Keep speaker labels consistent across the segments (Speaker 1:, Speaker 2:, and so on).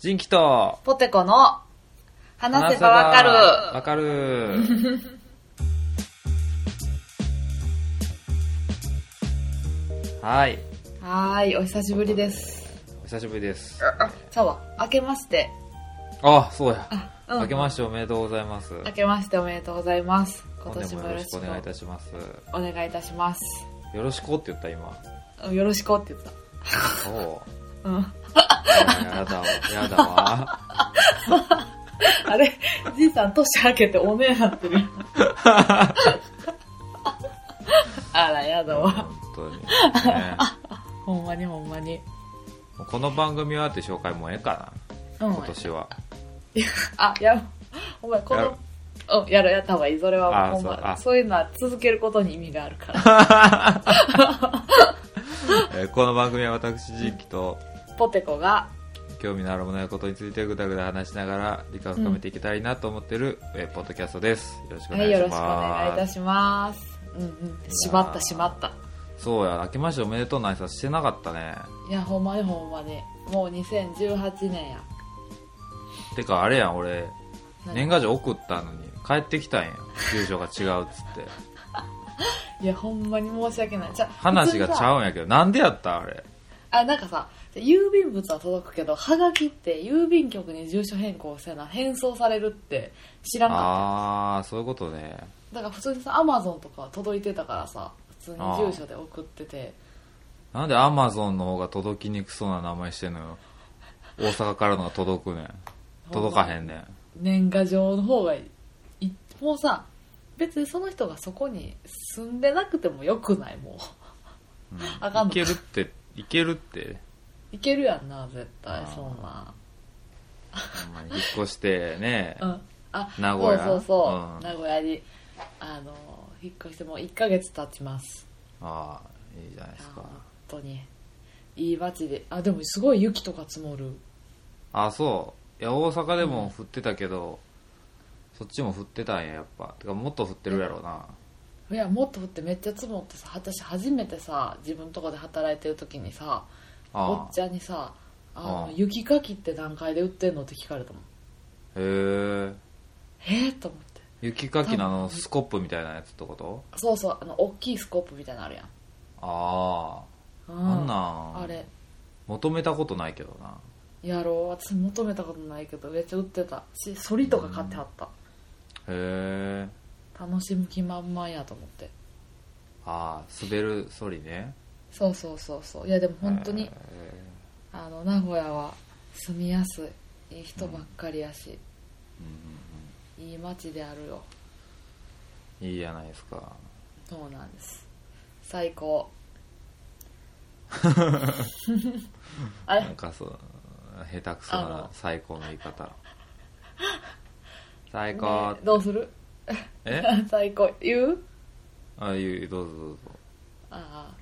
Speaker 1: 人気と、
Speaker 2: ポテコの、話せばわかる。
Speaker 1: わかる。 はい。
Speaker 2: はーい、お久しぶりです。
Speaker 1: お久しぶりです。
Speaker 2: あちゃうわ、明けまして。
Speaker 1: あ、そうや。
Speaker 2: あ、うん。
Speaker 1: 明けましておめでとうございます。
Speaker 2: 明けましておめでとうございます。今
Speaker 1: 本年
Speaker 2: 年も
Speaker 1: も
Speaker 2: よ
Speaker 1: よ
Speaker 2: ろ
Speaker 1: ろ
Speaker 2: し
Speaker 1: し
Speaker 2: く
Speaker 1: く
Speaker 2: お
Speaker 1: お
Speaker 2: 願
Speaker 1: 願
Speaker 2: い
Speaker 1: い
Speaker 2: い
Speaker 1: い
Speaker 2: た
Speaker 1: たします。
Speaker 2: します。
Speaker 1: よろしくって言った今。
Speaker 2: うんよろしくって言って
Speaker 1: そう。
Speaker 2: た。うん。
Speaker 1: やだわ。やだわ。
Speaker 2: あれ、 じいさん年明けておねえなってるやん。あら、やだわ。
Speaker 1: 本当に。ね
Speaker 2: ほんまにほんまに。
Speaker 1: もうこの番組はって紹介もうええか
Speaker 2: うん
Speaker 1: な。今。年は。
Speaker 2: あ、やろ。お前、この、うん、やろ、やった方がいい。それは
Speaker 1: あ
Speaker 2: ほん
Speaker 1: そうあ
Speaker 2: ま、そういうのは続けることに意味があるから。
Speaker 1: えーこの番組は私、人気と、
Speaker 2: ポテコが、
Speaker 1: 興味のあるものやことについてぐだぐだ話しながら理解を深めていきたいなと思ってる、えーポッドキャストですよろしくお
Speaker 2: は
Speaker 1: 願い
Speaker 2: い、
Speaker 1: し
Speaker 2: よろしくお願いい
Speaker 1: ま
Speaker 2: た
Speaker 1: す
Speaker 2: します。うんうん。しまった、しまった。
Speaker 1: そうや明けましておめでとうの挨拶してなかったね
Speaker 2: いや、ほんまにほんまに。もう2018年や。
Speaker 1: てかあれやん俺
Speaker 2: 何
Speaker 1: 年賀状送ったのに帰ってきたんや住所が違うっつって
Speaker 2: いや、ほんまに申し訳ない。じゃあ
Speaker 1: 話がちゃうんやけどなんでやったんあれ
Speaker 2: あ、なんかさ、郵便物は届くけど、はがきって郵便局に住所変更せな、返送されるって知らんかっ
Speaker 1: ああーそういうことね
Speaker 2: た。だから普通にさ、アマゾンとかは届いてたからさ、普通に住所で送ってて。
Speaker 1: なんでアマゾンの方が届きにくそうな名前してんのよ大阪からのが届くねん届かへんねん
Speaker 2: 年賀状の方がいい。もうさ、別にその人がそこに住んでなくてもよくないも
Speaker 1: うん
Speaker 2: あか
Speaker 1: い
Speaker 2: んの
Speaker 1: けるっていけるって
Speaker 2: う。いけるやんな、絶対
Speaker 1: あ、ー
Speaker 2: そんな。
Speaker 1: ほんまに引っ越してね、
Speaker 2: うん。あ、
Speaker 1: 名古屋
Speaker 2: そうそうそう。
Speaker 1: うん
Speaker 2: 名古屋に、あの、引っ越してもう1ヶ月経ちます。
Speaker 1: ああいいじゃないですか
Speaker 2: 本当にいい街であでもすごい雪とか積もる
Speaker 1: ああそういや大阪でも降ってたけど、そっちも降ってたんややっぱてかもっと降ってるやろうない
Speaker 2: やもっと降ってめっちゃ積もってさ私初めてさ自分とこで働いてる時にさお
Speaker 1: あ
Speaker 2: っちゃんにさあの
Speaker 1: あー
Speaker 2: 雪かきって段階で売ってんのって聞かれたもん
Speaker 1: あへえ
Speaker 2: えっ、と思って
Speaker 1: 雪かきのあ
Speaker 2: 多
Speaker 1: の
Speaker 2: 分
Speaker 1: スコップみたいなやつってこと
Speaker 2: そうそうあの大きいスコープみたいなのあるやん、
Speaker 1: あ
Speaker 2: う
Speaker 1: あ、あんなん
Speaker 2: あれ
Speaker 1: 求めたことないけどな
Speaker 2: やろう私求めたことないけどめっちゃ売ってたしソリとか買ってはった、
Speaker 1: へえ
Speaker 2: 楽しむ気満々やと思って
Speaker 1: ああ滑るソリね
Speaker 2: そうそうそうそういやでも本当に
Speaker 1: へえ
Speaker 2: あの名古屋は住みやすいいい人ばっかりやし、
Speaker 1: うん
Speaker 2: いい街であるよ
Speaker 1: うんうんいいじゃないですか
Speaker 2: そうなんです最 高あ
Speaker 1: なん
Speaker 2: れ
Speaker 1: かそう下手くそ
Speaker 2: あ
Speaker 1: な
Speaker 2: の
Speaker 1: 最高の言い方最高
Speaker 2: ねどうする
Speaker 1: え
Speaker 2: 最高言う
Speaker 1: あいうどうぞどうぞ
Speaker 2: ああ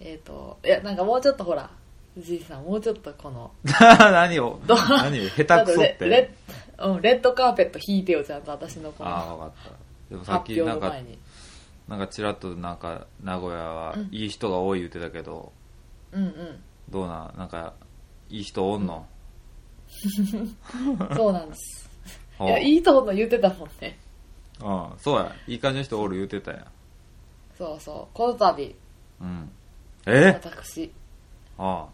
Speaker 2: えっ、といやなんかもうちょっとほらじいさんもうちょっとこの
Speaker 1: 何を
Speaker 2: どう
Speaker 1: 何を下手くそっ
Speaker 2: ちょとレ
Speaker 1: て
Speaker 2: レうん、レッドカーペット引いてよちゃんと私のこの
Speaker 1: ああ
Speaker 2: 発
Speaker 1: 分かったでもさっ
Speaker 2: 表
Speaker 1: きな
Speaker 2: の
Speaker 1: んか
Speaker 2: 前に
Speaker 1: なんかちらっとなんか名古屋は
Speaker 2: うん
Speaker 1: いい人が多い言ってたけど、
Speaker 2: うんうん
Speaker 1: どうなんなんかいい人おんの、
Speaker 2: そうなん ですい
Speaker 1: お
Speaker 2: やいいとこの言ってたもんね
Speaker 1: うんそうやいい感じの人おる言ってたやん
Speaker 2: そうそうこの度
Speaker 1: うんえ
Speaker 2: 私
Speaker 1: あ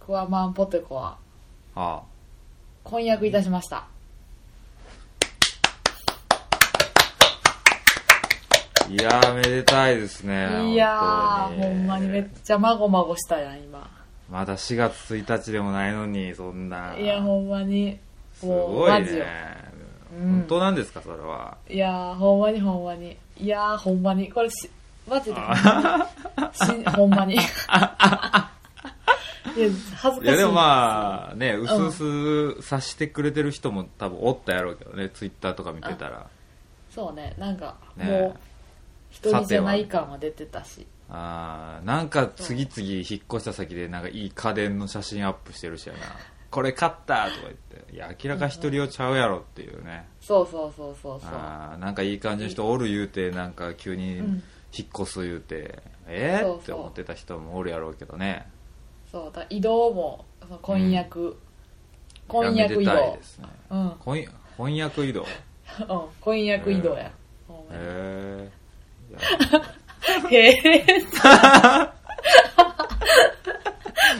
Speaker 2: クワマンポテコは
Speaker 1: ああ
Speaker 2: 婚約いたしました。
Speaker 1: あいやーめでたいですね
Speaker 2: いや
Speaker 1: 本当
Speaker 2: ー、ほんまにめっちゃまごまごしたやん、今。
Speaker 1: まだ4月1日でもないのにそんない
Speaker 2: や、ほんまに。
Speaker 1: す
Speaker 2: も
Speaker 1: ご
Speaker 2: う、
Speaker 1: い
Speaker 2: マジよ。
Speaker 1: ね、
Speaker 2: うん
Speaker 1: 本当なんですかそれはい
Speaker 2: やー、ほんまにほんまに。いやー、ほんまに。これし、マジでほんまに。しほん まに。いや、恥ず
Speaker 1: い
Speaker 2: かしい。
Speaker 1: やでもまあね薄々察してくれてる人も多分おったやろうけどねツイッターとか見てたら
Speaker 2: そうね、なんか、
Speaker 1: ね
Speaker 2: もう、一人じゃない感は出てたし。
Speaker 1: あーなんか次々引っ越した先でなんかいい家電の写真アップしてるしやなこれ買ったとか言っていや明らか一人をちゃうやろっていうね
Speaker 2: そうそうそうそうそう。
Speaker 1: あーなんかいい感じの人おる言うてなんか急に
Speaker 2: うん
Speaker 1: 引っ越す言うてえー
Speaker 2: そうそう
Speaker 1: って思ってた人もおるやろうけどね
Speaker 2: そう、だから移動も、その婚約婚約移
Speaker 1: やめてたい
Speaker 2: 動
Speaker 1: で。すね
Speaker 2: うん。 うん
Speaker 1: 婚婚約移動へ
Speaker 2: 婚約移動や。ほんまに
Speaker 1: えいや
Speaker 2: へえ。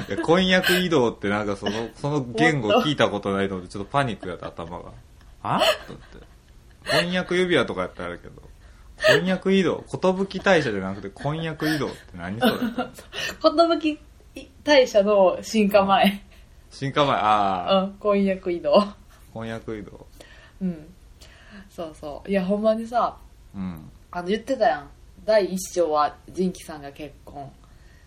Speaker 1: いや婚約移動ってなんかそ の、その言語聞いたことないので、ちょっとパニックやった、頭が。あと思って。婚約指輪とかやったらあるけど、婚約移動、寿大社じゃなくて婚約移動って何 それ
Speaker 2: 寿大社の進化前。
Speaker 1: 進化前、ああ、
Speaker 2: うん。婚約移動。
Speaker 1: 婚約移動。
Speaker 2: うん。そうそう。いや、ほんまにさ、
Speaker 1: うん。
Speaker 2: あの、言ってたやん。第一章は、仁キさんが結婚。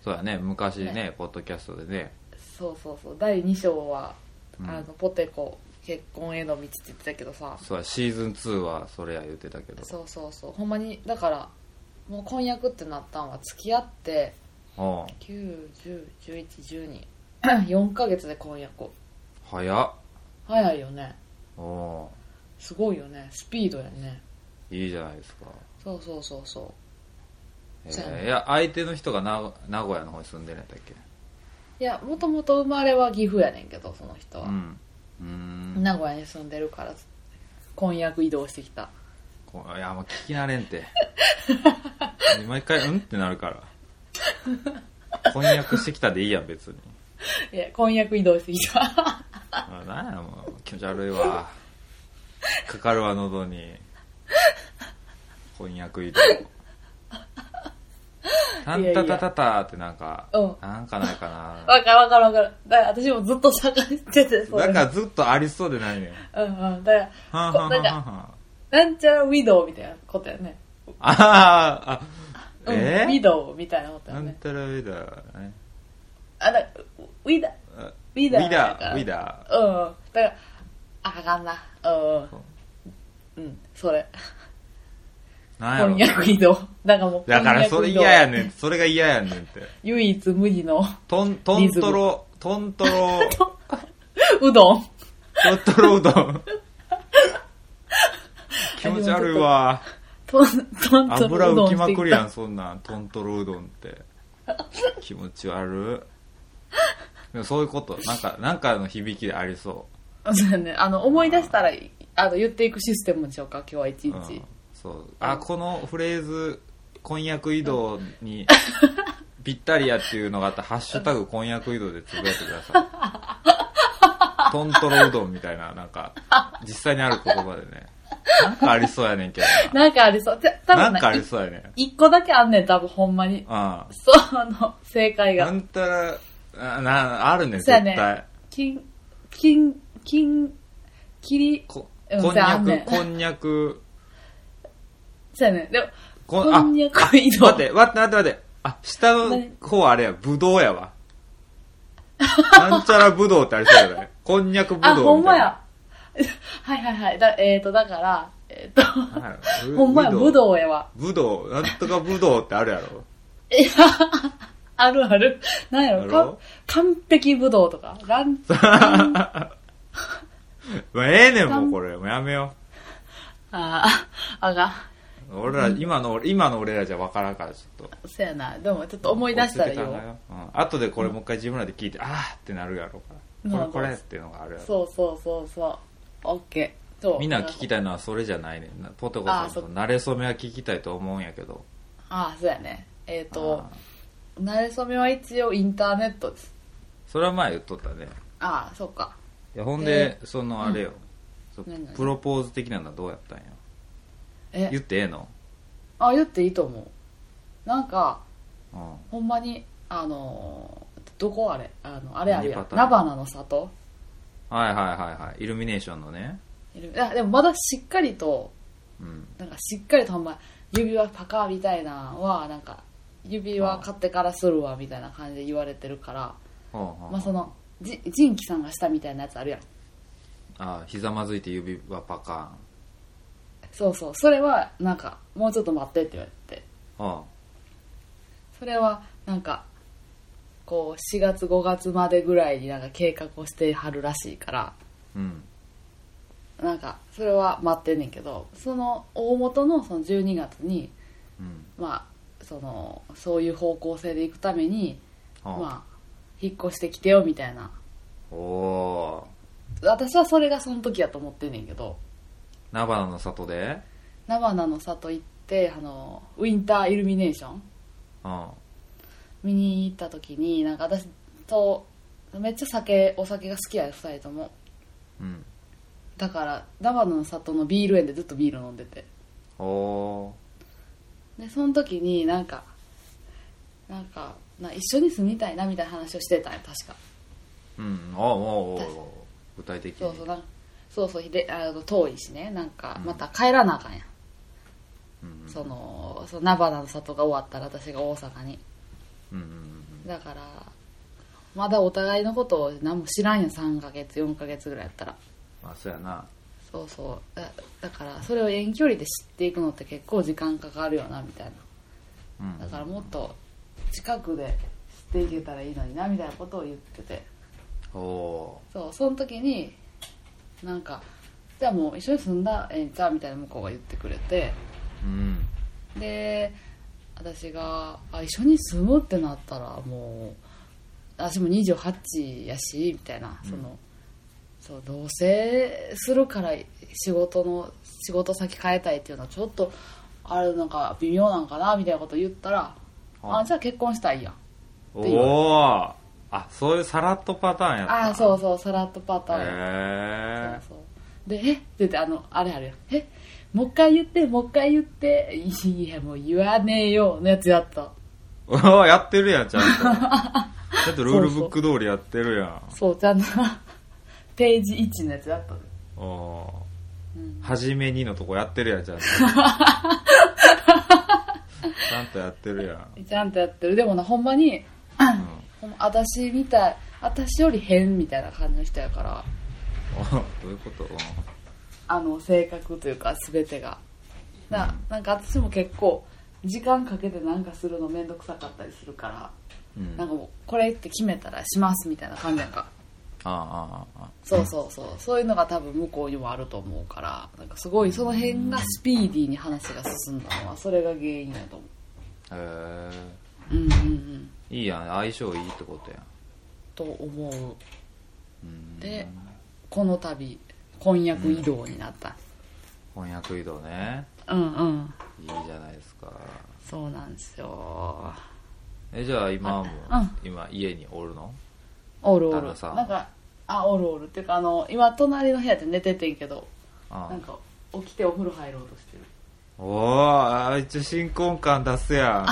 Speaker 1: そうだね、昔ね、ポッドキャストでね。
Speaker 2: そうそうそう。第二章は、
Speaker 1: うん
Speaker 2: あの、ポテコ、結婚への道って言ってたけどさ。
Speaker 1: そうだシーズン2はそれや言ってたけど。
Speaker 2: そうそうそう。ほんまに、だから、もう婚約ってなったんは、付き合って、
Speaker 1: おうん。
Speaker 2: 9、10、11、12。4ヶ月で婚約。
Speaker 1: 早っ。
Speaker 2: 早いよね。
Speaker 1: お
Speaker 2: すごいよね。スピードやね。
Speaker 1: うん。いいじゃないですか。
Speaker 2: そうそうそうそう。
Speaker 1: え
Speaker 2: そうや
Speaker 1: ー
Speaker 2: ね
Speaker 1: いや、相手の人が名古名古屋の方に住んでるんやったっけ
Speaker 2: いや、もともと生まれは岐阜やねんけど、その人は。
Speaker 1: うん。うーん。
Speaker 2: 名古屋に住んでるから、婚約移動してきた。
Speaker 1: こいやもう聞き慣れんて 毎回うんってなる から婚約してきたでいいやん別に
Speaker 2: いや、婚約移動してきた。
Speaker 1: あなんやもう気持ち悪いわかかるわ喉に婚約移動タンタタタタってなんか
Speaker 2: うん
Speaker 1: なんかないかな
Speaker 2: わかるわかるわかる。だから私もずっと探してて、 それ
Speaker 1: なんかずっとありそうでないねんは
Speaker 2: うんうん。だから、
Speaker 1: あはあはあ
Speaker 2: なん
Speaker 1: は
Speaker 2: なんちゃらウィドウみたいなことやね。
Speaker 1: ああーあ
Speaker 2: うん
Speaker 1: え
Speaker 2: ウィドウみたいなこと
Speaker 1: な
Speaker 2: や
Speaker 1: ん
Speaker 2: ね。
Speaker 1: たらウィダーね
Speaker 2: あ、だウィダ
Speaker 1: あ
Speaker 2: ウィダー
Speaker 1: ウィ
Speaker 2: や
Speaker 1: ダ
Speaker 2: から
Speaker 1: ーウィダー
Speaker 2: うんうん。だから、ああかんな。うんうん。うん、それ。
Speaker 1: なんやろ
Speaker 2: 婚約移動。だからもう、
Speaker 1: だからそれ嫌やね
Speaker 2: 婚約移動
Speaker 1: ん。それが嫌やねんって。
Speaker 2: 唯一無二の
Speaker 1: トン、トントロ、トントロ、
Speaker 2: うどん。
Speaker 1: トントロうど ん。気持ち悪いわ。
Speaker 2: トントンとう
Speaker 1: 油
Speaker 2: ど
Speaker 1: 浮
Speaker 2: ん
Speaker 1: き
Speaker 2: し
Speaker 1: ま
Speaker 2: て
Speaker 1: く
Speaker 2: き
Speaker 1: りや
Speaker 2: た
Speaker 1: ん、。そんなん。トントロうどんって。気持ち悪い。でもそういうこと。なんか、なんかの響きでありそ
Speaker 2: そうやね。あの、思い出したら、あの、言っていくシステムでしょうか、今日は一
Speaker 1: う。
Speaker 2: 日。
Speaker 1: うん、そう。あ、このフレーズ、婚約移動 にぴったりやっていうのがあったら、ハッシュタグ婚約移動でつぶやいてください。トントロうどんみたいな、なんか、実際にある言葉でね。なんかありそうやねんけど
Speaker 2: なんかありそう。た多
Speaker 1: な。な
Speaker 2: 分
Speaker 1: んかありそうやねん。うん。
Speaker 2: 一個だけあんねん、多分ほんまに。
Speaker 1: な
Speaker 2: そう、あの、正解が。
Speaker 1: んたら、あなあるねん、絶
Speaker 2: そうやねん
Speaker 1: 対。
Speaker 2: 金、金、金、切り、
Speaker 1: こ、
Speaker 2: うん
Speaker 1: こんに
Speaker 2: そうあ
Speaker 1: ゃ
Speaker 2: んね
Speaker 1: く、
Speaker 2: ん
Speaker 1: こんにゃく、
Speaker 2: そうやねん。でも、
Speaker 1: こ
Speaker 2: こんにゃく移動。
Speaker 1: 待って、待って、待って、待って。あ、下の方あれや、ぶどうやわ。なんちゃらぶどうってありそうだね。こんにゃくぶどうみた
Speaker 2: あ、
Speaker 1: いな。
Speaker 2: ほんまや。 はいはいはい。だえっ、ー、と、だから、えっ、
Speaker 1: なん
Speaker 2: ー、
Speaker 1: や
Speaker 2: と、
Speaker 1: ろ。
Speaker 2: ほんまや、ぶ
Speaker 1: う。
Speaker 2: どうやわ。
Speaker 1: ぶどう、なんとかぶどうってあるやろ。
Speaker 2: あるある。なんやろ、
Speaker 1: や
Speaker 2: か
Speaker 1: ろ
Speaker 2: ん完璧ぶどうとか。ラン、
Speaker 1: もうええねん、もうこれ。もうやめよ
Speaker 2: あーあが。
Speaker 1: う。俺ら、今の俺、今の俺らじゃ分からんから、ちょっと。
Speaker 2: そうやな。でも、ちょっと思い出したら
Speaker 1: 落ち着け
Speaker 2: よ
Speaker 1: な。うん。後でこれもう一回自分らで聞いて、あーってなるやろうから。
Speaker 2: うん
Speaker 1: これこれっていうのがあるやろ。
Speaker 2: そうそうそうそう。オッケー。そう。
Speaker 1: みんな聞きたいのはそれじゃないねんな。ポテコさんと慣れ初めは聞きたいと思うんやけど。
Speaker 2: ああ、そうやね。えっ、と
Speaker 1: あ、ー
Speaker 2: なれそめは一応インターネットです。
Speaker 1: それは前言っとったね。
Speaker 2: ああ、そうか。
Speaker 1: いやほんで、そのあれよ、そう
Speaker 2: 何々
Speaker 1: プロポーズ的なのはどうやったんや
Speaker 2: え
Speaker 1: 言、ってええの、
Speaker 2: あ、言っていいと思う。なんか、
Speaker 1: うん、
Speaker 2: ほんまに、あのーどこあれあの、あれあるや
Speaker 1: 何
Speaker 2: ん
Speaker 1: パ。ターン
Speaker 2: ナバナの里
Speaker 1: はいはいはいはいイルミネーションのね
Speaker 2: いるあでもまだしっかりと、
Speaker 1: うん
Speaker 2: なんかしっかりとほんま、指輪パカみたいなのは、なんか、指輪買ってからするわ、みたいな感じで言われてるから、
Speaker 1: ほうほう
Speaker 2: まあその、じ、ジンキさんがしたみたいなやつあるやん。
Speaker 1: あひざまずいて指輪パカ
Speaker 2: そうそう。それは、なんか、もうちょっと待ってって言われて。
Speaker 1: ーン
Speaker 2: それはなんかこう4月5月までぐらいになんか計画をしてはるらしいから
Speaker 1: うんうん
Speaker 2: なんかそれは待ってんねんけどその大元のその12月に
Speaker 1: うん
Speaker 2: まあそのそういう方向性で行くために
Speaker 1: はあ
Speaker 2: まあ引っ越してきてよみたいな
Speaker 1: おお
Speaker 2: あ私はそれがその時やと思ってんねんけど
Speaker 1: 菜花の里で
Speaker 2: 菜花の里行ってあのウィンターイルミネーション
Speaker 1: うん
Speaker 2: 見に行った時になんか私とめっちゃ酒お酒が好きや2人とも
Speaker 1: うん
Speaker 2: だから菜花の里のビール園でずっとビール飲んでて
Speaker 1: おー
Speaker 2: でその時になんかなんかな一緒に住みたいなみたいな話をしてたんよ確か
Speaker 1: うんおおうおうおうおう具体的に
Speaker 2: そうそうなんそうそうひであの遠いしねなんか
Speaker 1: うん
Speaker 2: また帰らなあかんや、
Speaker 1: うんうん
Speaker 2: ん、そのその菜花の里が終わったら私が大阪に
Speaker 1: うんうんうん
Speaker 2: だからまだお互いのことを何も知らんよ3ヶ月4ヶ月ぐらいやったら
Speaker 1: まあそうやな
Speaker 2: そうそうだだからそれを遠距離で知っていくのって結構時間かかるよなみたい
Speaker 1: うん
Speaker 2: なだからもっと近くで知っていけたらいいのになみたいなことを言ってて
Speaker 1: おお
Speaker 2: そうその時になんかじゃあもう一緒に住んだらええんちゃうみたいな向こうが言ってくれて
Speaker 1: ううん
Speaker 2: で私があ一緒に住むってなったらもう私も28やしみたいな
Speaker 1: うん
Speaker 2: その、そう同棲するから仕事の仕事先変えたいっていうのはちょっとあれなんか微妙なんかなみたいなこと言ったら
Speaker 1: はい
Speaker 2: あじゃあ結婚したいやん
Speaker 1: お
Speaker 2: って言われ
Speaker 1: おあそういうさらっとパターンやった
Speaker 2: あそう
Speaker 1: う
Speaker 2: そうさらっとパターンや
Speaker 1: へえ
Speaker 2: そうそうで「えっ?」て言ってあのあれあるよ「えもう一回言ってもう一回言って」いやもう言わねえよのやつやった
Speaker 1: おおやってるやんちゃん とちゃんとルールブック通りやってるやん
Speaker 2: そうちゃんとページ1のやつだったの
Speaker 1: おー
Speaker 2: うん
Speaker 1: 初めにのとこやってるやんちゃ んとちゃんとやってるやん、
Speaker 2: ちゃんとやってるでもなほんまに
Speaker 1: うん
Speaker 2: ほんま私みたい私より変みたいな感じの人やから
Speaker 1: おどういうことうん
Speaker 2: あの性格というか全てがななんか私も結構時間かけてなんかするの面倒くさかったりするから、
Speaker 1: うん
Speaker 2: なんかもうこれって決めたらしますみたいな感じやんか
Speaker 1: あああああ
Speaker 2: そうそうそうそういうのが多分向こうにもあると思うからなんかすごいその辺がスピーディーに話が進んだのはそれが原因やと思
Speaker 1: あへ
Speaker 2: ううんうんうん
Speaker 1: えいいやん相性いいってことやん
Speaker 2: と思う
Speaker 1: うん
Speaker 2: でこの度婚約移動になった、
Speaker 1: 翻訳移動ね
Speaker 2: うん、うん
Speaker 1: いいじゃないですか
Speaker 2: そうなんですよ
Speaker 1: えじゃあ今はもう、
Speaker 2: うん
Speaker 1: 今家におるの
Speaker 2: おるお
Speaker 1: 旦
Speaker 2: る
Speaker 1: 那さん
Speaker 2: なんかあおるおるっていうかあの今隣の部屋で寝ててんけど
Speaker 1: あ
Speaker 2: なんか起きてお風呂入ろうとしてる
Speaker 1: おおあいつ新婚感出すや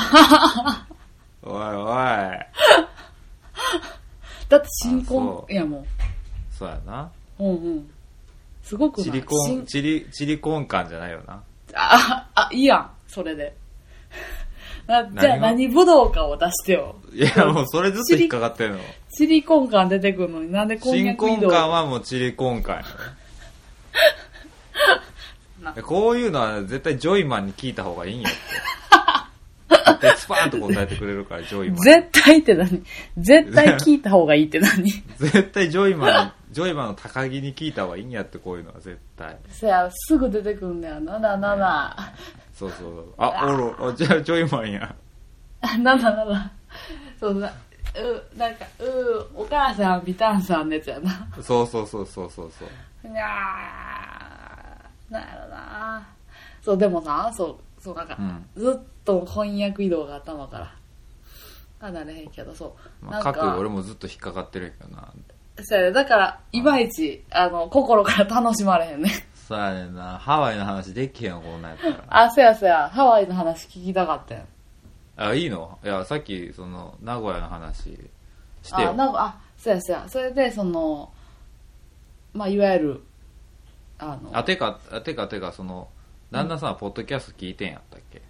Speaker 1: んおいおい
Speaker 2: だって新婚
Speaker 1: あそう
Speaker 2: いやも
Speaker 1: そうやな
Speaker 2: ううんうんすごくな
Speaker 1: チ
Speaker 2: い
Speaker 1: リコン
Speaker 2: 新
Speaker 1: チリチリコン感じゃないよな
Speaker 2: あ、あ、いいやん、それで。 な
Speaker 1: が
Speaker 2: じゃあ何武道かを出してよ。
Speaker 1: いやもうそれずっと引っかかってんの
Speaker 2: チリコン感出てくるのになんでこんにゃ
Speaker 1: 新
Speaker 2: く移
Speaker 1: 婚
Speaker 2: 動
Speaker 1: 感はもうチリコン 感や
Speaker 2: な
Speaker 1: ろこういうのは絶対ジョイマンに聞いた方がいいんやって でスパーンと答えてくれるからジョイマン
Speaker 2: 絶対って何絶対聞いた方がいいって何
Speaker 1: 絶対ジョイマン、ジョイマンの高木に聞いた方がいいんやって、こういうのは絶対。
Speaker 2: そや、すぐ出てくるんだよ。なななな。
Speaker 1: そうそう。あ、おろ、あじゃあジョイマンや。
Speaker 2: あ なななな。そうな、う、なんか、う、お母さん、ビタンさんのやつやな。
Speaker 1: そうそうそうそうそうそう。
Speaker 2: にゃーなんやろなそうでもなそうそうなんか、
Speaker 1: うん
Speaker 2: ずっと翻訳移動が頭からあなれへんけどそう、
Speaker 1: まあ、
Speaker 2: な
Speaker 1: か
Speaker 2: ん
Speaker 1: く
Speaker 2: か
Speaker 1: 俺もずっと引っかかってるんやけどな。
Speaker 2: そうやねだからいまいちあの心から楽しまれへんね
Speaker 1: そうやねんな。ハワイの話できへんわ、こんなんやったら。
Speaker 2: あそやそやハワイの話聞きたかったよ
Speaker 1: あ、いいのいや、さっき、その、名古屋の話して
Speaker 2: あ
Speaker 1: よ。
Speaker 2: なんかあそやそやそれでそのまあいわゆるあの
Speaker 1: あ、てか、あてか、てか、その、旦那さんはポッドキャスト聞いてんやったっけ、
Speaker 2: い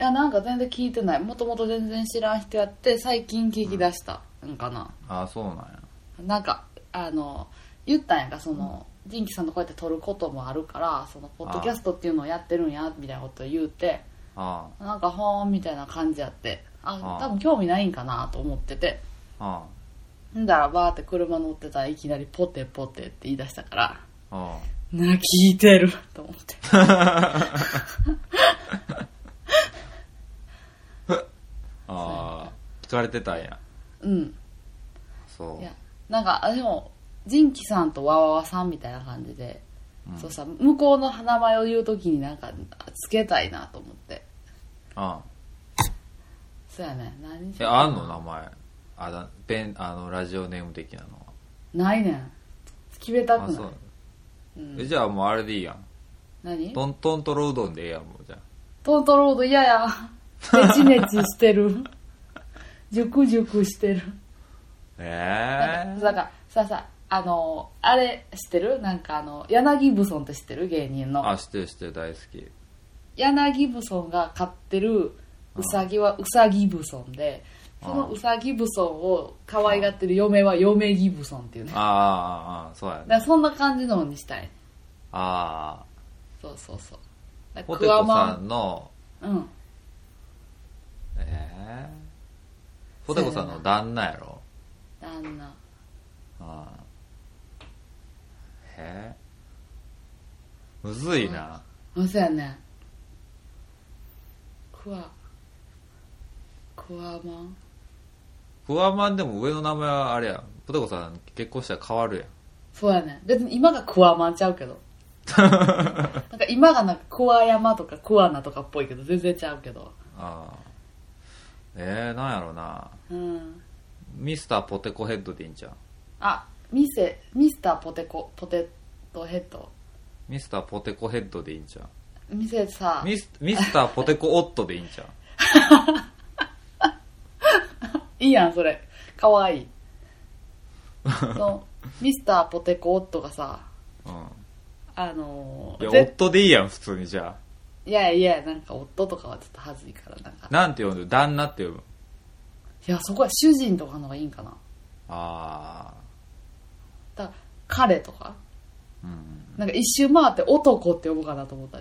Speaker 2: やなんか全然聞いてないもともと全然知らん人やって最近聞き出したんかな、
Speaker 1: あ、そうなんや。
Speaker 2: なんかあの言ったんやんかその、ジンキさんとこうやって撮ることもあるからそのポッドキャストっていうのをやってるんやみたいなこと言うて
Speaker 1: あ
Speaker 2: なんかほーんみたいな感じやってあ
Speaker 1: あ
Speaker 2: 多分興味ないんかなと思ってて
Speaker 1: あ、あ
Speaker 2: んだらバーって車乗ってたらいきなり「ポテポテ」って言い出したから
Speaker 1: あ、あ
Speaker 2: な聞いてると思って
Speaker 1: あ、ああ、聞かれてたんや。
Speaker 2: うん
Speaker 1: そう。
Speaker 2: いやなんかあでもジンキさんとわわわさんみたいな感じで、
Speaker 1: うん
Speaker 2: そうさ向こうの名前を言う時になんかつけたいなと思って
Speaker 1: あ
Speaker 2: そうやね何にし
Speaker 1: え
Speaker 2: よう
Speaker 1: あんの名前あだペンあのラジオネーム的なの
Speaker 2: ないねん決めた
Speaker 1: は
Speaker 2: く
Speaker 1: あ
Speaker 2: な
Speaker 1: そ、
Speaker 2: いううん
Speaker 1: えじゃあもうあれでいいやん
Speaker 2: 何
Speaker 1: トントントロうどんでええやんもうじゃ
Speaker 2: トントロード 嫌やネチネチしてるジュクジュクしてる
Speaker 1: あええ
Speaker 2: なんかささあのあれ知ってるなんかあの柳ブソンって知ってる芸人の
Speaker 1: あ知ってる知ってる大好き
Speaker 2: 柳ブソンが飼ってるウサギはウサギブソンでそのウサギブソンを可愛がってる嫁は嫁ギブソンっていうね
Speaker 1: ああああそうや
Speaker 2: だか
Speaker 1: ね
Speaker 2: らそんな感じのにしたい
Speaker 1: あ
Speaker 2: そうそうそうだ
Speaker 1: あ
Speaker 2: か
Speaker 1: ポ
Speaker 2: ら
Speaker 1: テ
Speaker 2: クワ
Speaker 1: ト
Speaker 2: マ
Speaker 1: さ
Speaker 2: ン
Speaker 1: んの
Speaker 2: うん
Speaker 1: ええポテコさんの旦那やろ
Speaker 2: 旦那
Speaker 1: ああへえむずいな、
Speaker 2: あそうやねクワクワマン
Speaker 1: クワマンでも上の名前はあれやんポテコさん結婚したら変わるやん
Speaker 2: そうやね別に今がクワマンちゃう けどなんか今がなんかクワ山とかクワナとかっぽいけど全然ちゃうけど
Speaker 1: ああえー、なんやろな
Speaker 2: うん
Speaker 1: ミスターポテコヘッドでいいんじゃん
Speaker 2: あミセミスターポテコポテトヘッド
Speaker 1: ミスターポテコヘッドでいいんじゃん
Speaker 2: ミセさ
Speaker 1: ミスミスターポテコオットでいいんじゃん
Speaker 2: いいやんそれか わいいそのミスターポテコ夫がさ
Speaker 1: う
Speaker 2: あのー
Speaker 1: んいや
Speaker 2: ぜ
Speaker 1: 夫でいいやん普通にじゃ
Speaker 2: いやいやなんか夫とかはちょっと恥ずいからなんか
Speaker 1: あなんて呼んでる旦那って呼ぶ
Speaker 2: いやそこは主人とかの方がいいんかな
Speaker 1: ああ
Speaker 2: だから彼とか
Speaker 1: うん
Speaker 2: なんか一周回って男って呼ぶかなと思った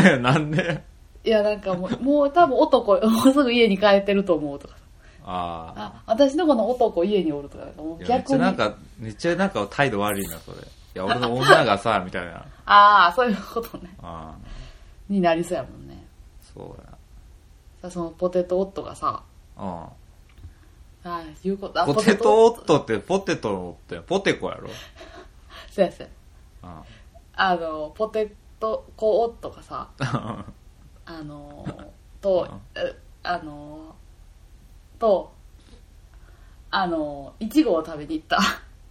Speaker 2: り
Speaker 1: なん で
Speaker 2: いやなんかも うもう多分男もうすぐ家に帰ってると思うとか
Speaker 1: ああ
Speaker 2: あ私のこの男家におるとかなんかもう
Speaker 1: いやめっち
Speaker 2: 逆
Speaker 1: ゃ
Speaker 2: に
Speaker 1: なんかめっちゃなんか態度悪いなそれいや俺の女がさみたいな
Speaker 2: ああそういうことね
Speaker 1: ああ
Speaker 2: になりそうやもんね
Speaker 1: そうや
Speaker 2: さそのポテト夫がさ
Speaker 1: うん
Speaker 2: ああいうことあ
Speaker 1: ポテトオッ
Speaker 2: 夫
Speaker 1: トってポテトのってポテコやろ、
Speaker 2: そうやそうや
Speaker 1: うん、
Speaker 2: あのポテトコ夫がさあのーとえあのーとあのーいちごを食べに行った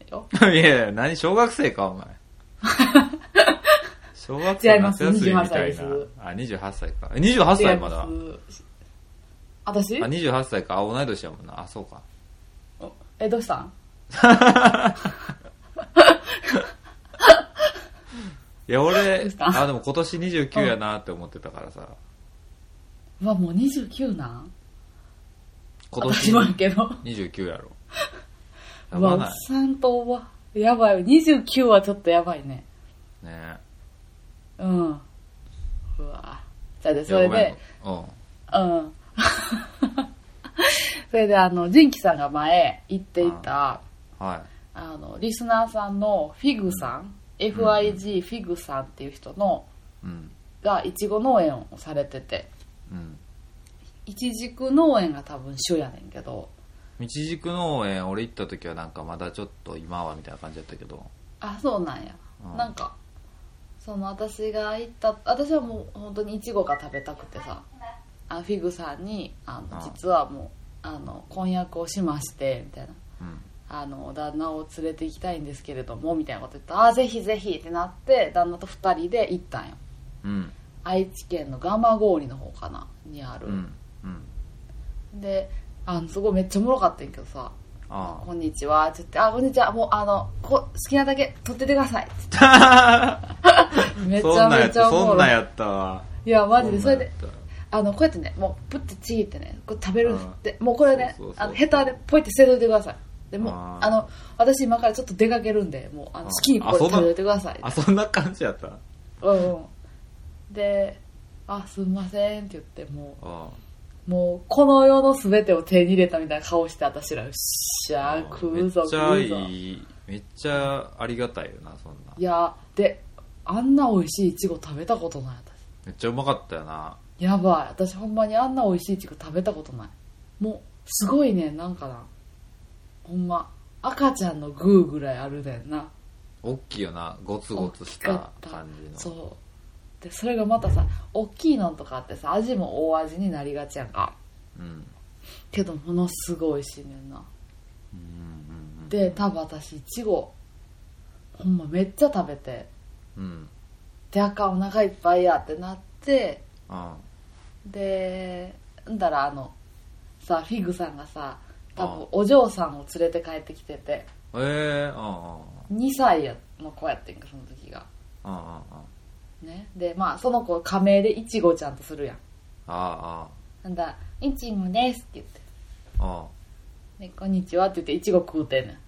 Speaker 2: よ
Speaker 1: いやいや何小学生かお 前小学
Speaker 2: 違
Speaker 1: 生
Speaker 2: います
Speaker 1: 夏休みみた
Speaker 2: 28歳
Speaker 1: い
Speaker 2: で
Speaker 1: な
Speaker 2: す
Speaker 1: あ28歳かえ28歳まだあ
Speaker 2: 違います私
Speaker 1: 28歳かあ同い年やもんなあそうか
Speaker 2: えどうしたん
Speaker 1: いや
Speaker 2: ど
Speaker 1: 俺
Speaker 2: うした
Speaker 1: あでも今年29やなって思ってたからさ
Speaker 2: うわもう29なん
Speaker 1: 今
Speaker 2: 私
Speaker 1: 年
Speaker 2: もやけど
Speaker 1: 29や ろや
Speaker 2: うわ
Speaker 1: ば
Speaker 2: おっ
Speaker 1: ない
Speaker 2: さんとおばやばい29はちょっとやばいね
Speaker 1: ね
Speaker 2: うん。うわじゃあで、
Speaker 1: え
Speaker 2: それで、
Speaker 1: いやごめん
Speaker 2: うん。 それで、あの、ジンキさんが前言っていた、
Speaker 1: うんはい
Speaker 2: あの、リスナーさんのフィグさん、FIG フィグさんっていう人の、
Speaker 1: うん
Speaker 2: が、いちご農園をされてて、
Speaker 1: うん
Speaker 2: いちじく農園が多分主やねんけど、
Speaker 1: 道軸農園俺行った時はなんかまだちょっと今はみたいな感じだったけど
Speaker 2: あ、そうなんや。
Speaker 1: うん
Speaker 2: なんか、その私が行った、私はもう本当にいちごが食べたくてさ、あフィグさんに、あの、
Speaker 1: うん
Speaker 2: 実はもう、あの、婚約をしまして、みたいな。
Speaker 1: うん
Speaker 2: あの旦那を連れて行きたいんですけれどもみたいなこと言って「ああぜひぜひ」ってなって旦那と2人で行ったんよ
Speaker 1: うん
Speaker 2: 愛知県の蒲郡の方かなにある、
Speaker 1: うんうん
Speaker 2: であのすごいめっちゃおもろかったんやけどさ「
Speaker 1: あ
Speaker 2: こんにちは」って言って「あこんにちはもうあのこ好きなだけ取っててください」 って
Speaker 1: あ
Speaker 2: 言ってめち
Speaker 1: そ
Speaker 2: ゃ
Speaker 1: んなんや
Speaker 2: め
Speaker 1: っ
Speaker 2: ちゃ
Speaker 1: た
Speaker 2: お
Speaker 1: そ
Speaker 2: も
Speaker 1: ん
Speaker 2: ろ
Speaker 1: ないんやったわ
Speaker 2: いやマジでそれで
Speaker 1: んなんやっ
Speaker 2: あのこうやってねもうプッてちぎってねこれ食べるんですってもうこれね
Speaker 1: そうそうそう
Speaker 2: あのヘタでポイって捨てといてくださいでもう
Speaker 1: あ
Speaker 2: あ
Speaker 1: ー
Speaker 2: の私今からちょっと出かけるんでもうあの好きにこ
Speaker 1: あ
Speaker 2: れ
Speaker 1: そんな
Speaker 2: 食べといてください
Speaker 1: たあそんな感じやった
Speaker 2: うんうん、で「あすんません」って言っても
Speaker 1: あ
Speaker 2: うもうこの世の全てを手に入れたみたいな顔して私ら「よっしゃー食
Speaker 1: め
Speaker 2: う
Speaker 1: っ
Speaker 2: ぞ
Speaker 1: ち
Speaker 2: 食
Speaker 1: ゃ
Speaker 2: うぞ」
Speaker 1: い
Speaker 2: い
Speaker 1: いめっちゃありがたいよなそんな
Speaker 2: やであんな美味しいいちご食べたことない私
Speaker 1: めっちゃうまかったよな
Speaker 2: やばい私ほんまにあんな美味しいいちご食べたことないもうすごいねなんかなほんま赤ちゃんのグーぐらいあるねんな
Speaker 1: 大きいよなゴツゴツした感じの
Speaker 2: そうでそれがまたさ大きいのとかあってさ味も大味になりがちやんか
Speaker 1: うんうん
Speaker 2: けどものすごい美味しいねんな
Speaker 1: うんうん
Speaker 2: で多分私いちごほんまめっちゃ食べて
Speaker 1: うん
Speaker 2: であかんお腹いっぱいやってなって
Speaker 1: あ
Speaker 2: でんだらあのさフィグさんがさ多
Speaker 1: あ
Speaker 2: 分お嬢さんを連れて帰ってきてて
Speaker 1: あええあ
Speaker 2: 2歳の子やってんかその時が
Speaker 1: ああああ
Speaker 2: ねでまあその子仮名でいちごちゃんとするやん
Speaker 1: あああ
Speaker 2: なんだ「いちごです」って言って
Speaker 1: あああ
Speaker 2: 「でこんにちは」って言っていちご食うてんね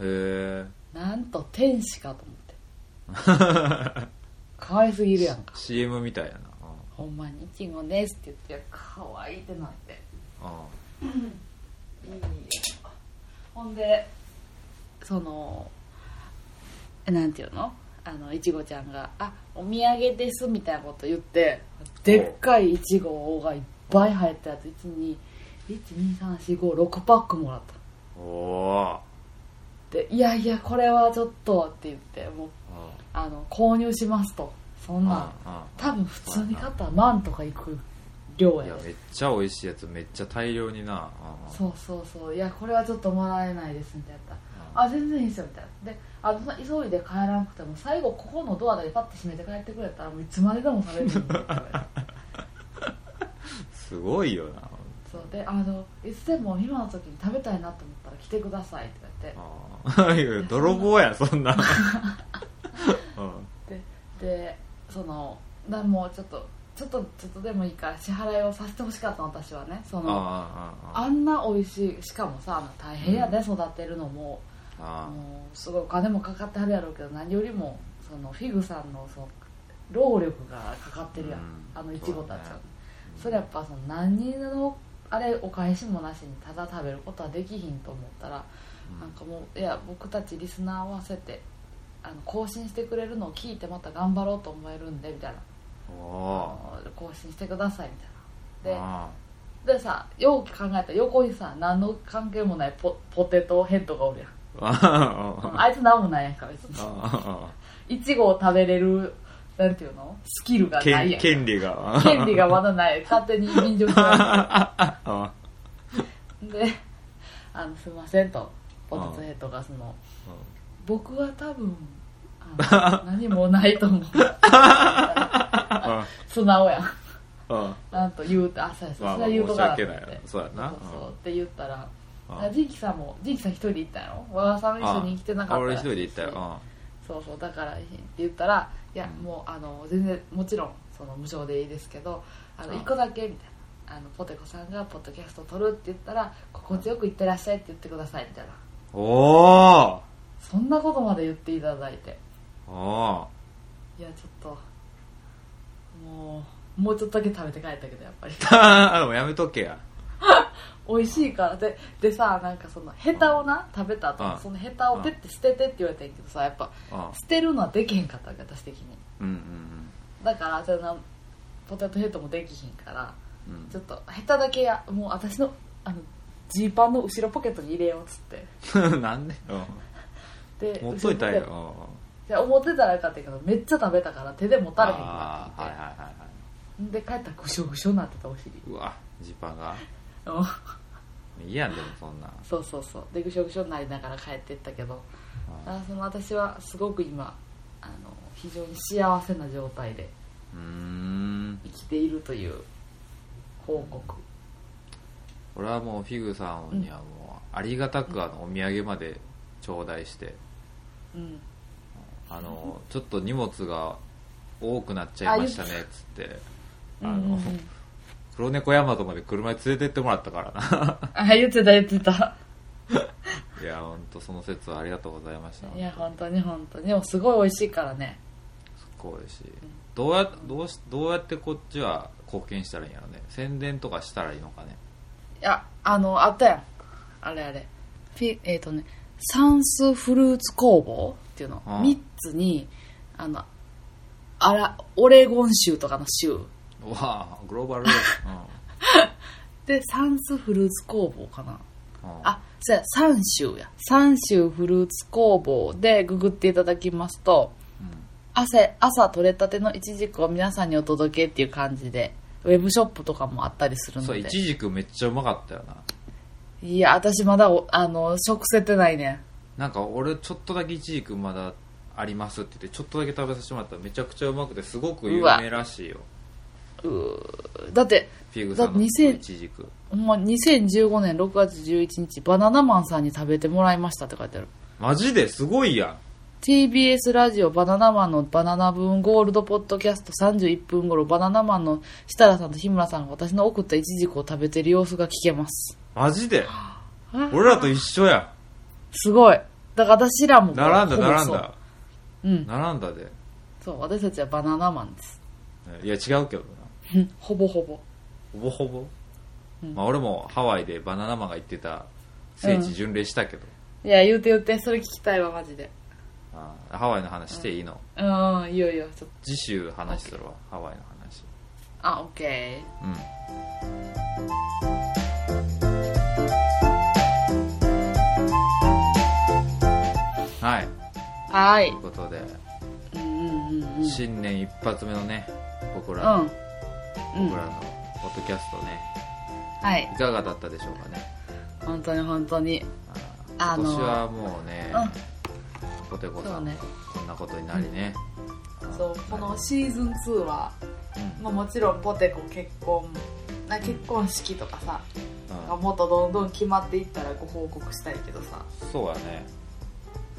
Speaker 1: へえ
Speaker 2: んなんと天使かと思って 可愛すぎるやんか
Speaker 1: CM みたいやなあ
Speaker 2: ほんまに「いちごです」って言って可愛いってなって
Speaker 1: あ
Speaker 2: いいよほんでそのなんていうのあのいちごちゃんが「あお土産です」みたいなこと言ってでっかいいちごがいっぱい入ったやつ12123456パックもらった
Speaker 1: おお
Speaker 2: で「いやいやこれはちょっと」って言ってもう
Speaker 1: あ
Speaker 2: あの購入しますとそんなん
Speaker 1: あ
Speaker 2: 多分普通に買ったら万とかいく量
Speaker 1: い
Speaker 2: や
Speaker 1: や
Speaker 2: で
Speaker 1: めっちゃ美味しいやつめっちゃ大量になああ
Speaker 2: そうそうそういやこれはちょっともらえないですみたいな
Speaker 1: あ
Speaker 2: あ全然いいですよみたいなであの急いで帰らなくても最後ここのドアだけパッて閉めて帰ってくれたらもういつまででも食べるんでって言われて
Speaker 1: すごいよな
Speaker 2: そうであのいつでも今の時に食べたいなと思ったら来てくださいって言わ
Speaker 1: ああいや泥棒やそんなうん
Speaker 2: れてでそのだもうちょっとちょっとちょっとでもいいから支払いをさせてほしかったの私はねそ
Speaker 1: ああ
Speaker 2: の
Speaker 1: ああ
Speaker 2: あんな美味しいしかもさあの大変やね、育てるのも
Speaker 1: あ
Speaker 2: もうすごいお金もかかってはるやろうけど何よりもそのフィグさんのその労力がかかってるやん、
Speaker 1: うん
Speaker 2: あのいちごたちは
Speaker 1: そうだね
Speaker 2: それやっぱその何のあれお返しもなしにただ食べることはできひんと思ったら、なんかもういや僕たちリスナー合わせてあの更新してくれるのを聞いてまた頑張ろうと思えるんでみたいな
Speaker 1: あお
Speaker 2: あの更新してくださいみたいなで
Speaker 1: あ
Speaker 2: でさよく考えたら横にさ何の関係もないポポテトヘッドがおるやん
Speaker 1: ああ
Speaker 2: あいつ何もないやんか別に
Speaker 1: あ
Speaker 2: いちごを食べれるなんていうのスキルがないや
Speaker 1: 権権
Speaker 2: ん
Speaker 1: 利が
Speaker 2: 権利がま だない勝手に便乗してま
Speaker 1: あ
Speaker 2: すであのすいませんとポテトヘッドがその僕は多分あ の何もないと思う
Speaker 1: あ
Speaker 2: 素直やん
Speaker 1: あ
Speaker 2: なんと言うてあそうやそう
Speaker 1: まあ
Speaker 2: やそれは言うとかなと思っ
Speaker 1: 申し訳ない
Speaker 2: て
Speaker 1: なそうやな
Speaker 2: そうそう
Speaker 1: うん
Speaker 2: って言ったら
Speaker 1: あ
Speaker 2: ジンキさんもジンキさん一人で行ったよ和田さんも一緒に来てなかった
Speaker 1: 俺一
Speaker 2: らしいし
Speaker 1: 人で行ったよ
Speaker 2: そうそうだからって言ったらいや、
Speaker 1: うん
Speaker 2: もうあの全然もちろんその無償でいいですけどあの
Speaker 1: あ
Speaker 2: 1個だけみたいなあのポテコさんがポッドキャスト撮るって言ったら心地よく行ってらっしゃいって言ってくださいみたいな
Speaker 1: おお
Speaker 2: そんなことまで言っていただいて
Speaker 1: お
Speaker 2: いやちょっともうもうちょっとだけ食べて帰ったけどやっぱり
Speaker 1: あでもやめとけや
Speaker 2: 美味しいからででさなんかそのヘタをな食べた後
Speaker 1: あ
Speaker 2: そのヘタをペッて捨ててって言われてんけどさやっぱ
Speaker 1: あ
Speaker 2: 捨てるのはできへんかったわけ私的に
Speaker 1: うんうん
Speaker 2: だからそのポテトヘッドもできひんから
Speaker 1: うんうん
Speaker 2: ちょっと下手だけやもう私のあのジーパンの後ろポケットに入れようっつって
Speaker 1: なんで
Speaker 2: で
Speaker 1: 持っといたん
Speaker 2: 後
Speaker 1: や
Speaker 2: ろポケット
Speaker 1: よ
Speaker 2: じゃあ思ってたらよかったけどめっちゃ食べたから手で持たれへんか
Speaker 1: あ
Speaker 2: っ
Speaker 1: あ
Speaker 2: た
Speaker 1: はい
Speaker 2: って
Speaker 1: はいはいはい
Speaker 2: 言ってで帰ったらぐしょぐしょになってたお尻
Speaker 1: うわジパンが
Speaker 2: うん
Speaker 1: いいやんでもそんな
Speaker 2: そうそうそうでぐしょぐしょになりながら帰ってったけどあーその私はすごく今あの非常に幸せな状態で
Speaker 1: うーん
Speaker 2: 生きているという報告
Speaker 1: 俺はもうフィグさんにはもうありがたくあのお土産まで頂戴して
Speaker 2: うん
Speaker 1: あのちょっと荷物が多くなっちゃいましたねっつってあ
Speaker 2: うんうんう
Speaker 1: の
Speaker 2: ん
Speaker 1: 黒猫ヤマトまで車に連れてってもらったからな
Speaker 2: あ言ってた言ってた
Speaker 1: いや本当その説はありがとうございました
Speaker 2: いや本当に本当にでもすごい美味しいからね
Speaker 1: すっごい嬉しいどうやどうしどうやってこっちは貢献したらいいんやろね宣伝とかしたらいいのかね
Speaker 2: いやあのあったやんあれあれピえっ、とね算数フルーツ工房っていうの、
Speaker 1: うん
Speaker 2: 3つにあのあらオレゴン州とかの州
Speaker 1: うわあグローバル、うん
Speaker 2: で算数フルーツ工房かな
Speaker 1: うん、
Speaker 2: あそうや、三州や。三州フルーツ工房でググっていただきますと、朝、朝取れたてのイチジクを皆さんにお届けっていう感じで、ウェブショップとかもあったりするの
Speaker 1: そう、
Speaker 2: で
Speaker 1: い。ちじくめっちゃうまかったよな。
Speaker 2: いや、私まだお、あの、食せてないね。
Speaker 1: なんか俺ちょっとだけいちじくまだありますって言って、ちょっとだけ食べさせてもらったらめちゃくちゃうまくて、すごく有名らしいよ。
Speaker 2: うーだって、
Speaker 1: ピグさん
Speaker 2: だ
Speaker 1: の
Speaker 2: っ
Speaker 1: い
Speaker 2: て2000
Speaker 1: ちじく。
Speaker 2: ほんま2015年6月11日、バナナマンさんに食べてもらいましたって書いてある。
Speaker 1: マジですごいやん。
Speaker 2: TBS ラジオバナナマンのバナナブーンゴールドポッドキャスト31分頃バナナマンの設楽さんと日村さんが私の送ったイチジクを食べてる様子が聞けます。
Speaker 1: マジで俺らと一緒や
Speaker 2: すごい。だから私らも
Speaker 1: ん。並んだ、並ん
Speaker 2: ほぼそう
Speaker 1: だ。
Speaker 2: うん。
Speaker 1: 並んだで。
Speaker 2: そう、私たちはバナナマンです。
Speaker 1: いや、違うけどな。
Speaker 2: うんほぼほぼ。
Speaker 1: ほぼほぼ。
Speaker 2: うん
Speaker 1: まあ俺もハワイでバナナマンが言ってた聖地巡礼したけど。
Speaker 2: いや、言うて言うて、それ聞きたいわ、マジで。
Speaker 1: あーハワイの話していいの、
Speaker 2: うん、いいよいいよ、ちょっと。
Speaker 1: 次週話するわ、ハワイの話。
Speaker 2: あ、オッケー。
Speaker 1: うん。はい。
Speaker 2: は
Speaker 1: とい。
Speaker 2: いう
Speaker 1: ことで、
Speaker 2: うんうんうんうん。
Speaker 1: 新年一発目のね、僕ら、
Speaker 2: うん。うん
Speaker 1: 僕。らのポッドキャストね、
Speaker 2: はい。
Speaker 1: いかがだったでしょうかね。
Speaker 2: 本当に本当に。
Speaker 1: あ
Speaker 2: あ
Speaker 1: ー
Speaker 2: の
Speaker 1: 今年はもうね、ポテコさ
Speaker 2: そうん
Speaker 1: も
Speaker 2: ね
Speaker 1: こんなことになりね。
Speaker 2: そう、このシーズン2は、
Speaker 1: うん
Speaker 2: まあ、もちろんポテコ結婚、な結婚式とかさ、
Speaker 1: う
Speaker 2: もっとどんどん決まっていったらご報告したいけどさ。
Speaker 1: んそうやね。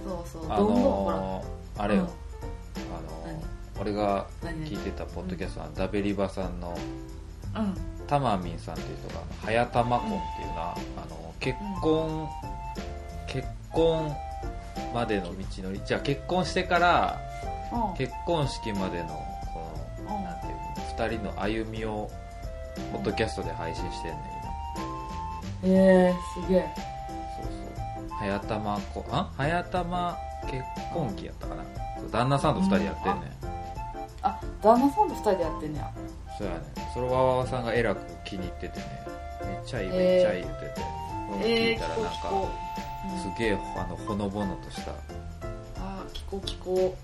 Speaker 2: そうそう、
Speaker 1: あ
Speaker 2: どんどんほら、
Speaker 1: のー、あれよ、あのー
Speaker 2: 何、
Speaker 1: 俺が
Speaker 2: 何
Speaker 1: 聞いてたポッドキャストのダベリバさんの、
Speaker 2: 々うん。
Speaker 1: タマミンさんっていう人が「はやたま婚」っていうな、あの結婚、結婚までの道のりじゃあ結婚してから
Speaker 2: うん
Speaker 1: 結婚式までのこの、
Speaker 2: うん
Speaker 1: なんていうの2人の歩みをポッドキャストで配信してんね
Speaker 2: えー、すげえ。
Speaker 1: 今そうそう「はやたま婚」あはやたま結婚期やったかなそう旦那さんと2人やってんね、ん
Speaker 2: あ、旦那さんと二人でやってんねや。
Speaker 1: そうやねそれはわわさんがえらく気に入っててねめっちゃいい
Speaker 2: えー
Speaker 1: めっちゃいい言ってて、俺も聞
Speaker 2: えー、
Speaker 1: いたらな
Speaker 2: 聞
Speaker 1: ん
Speaker 2: こう
Speaker 1: か、
Speaker 2: 聞こう。
Speaker 1: すげえあのほのぼのとした、うん
Speaker 2: あー聞こう聞こ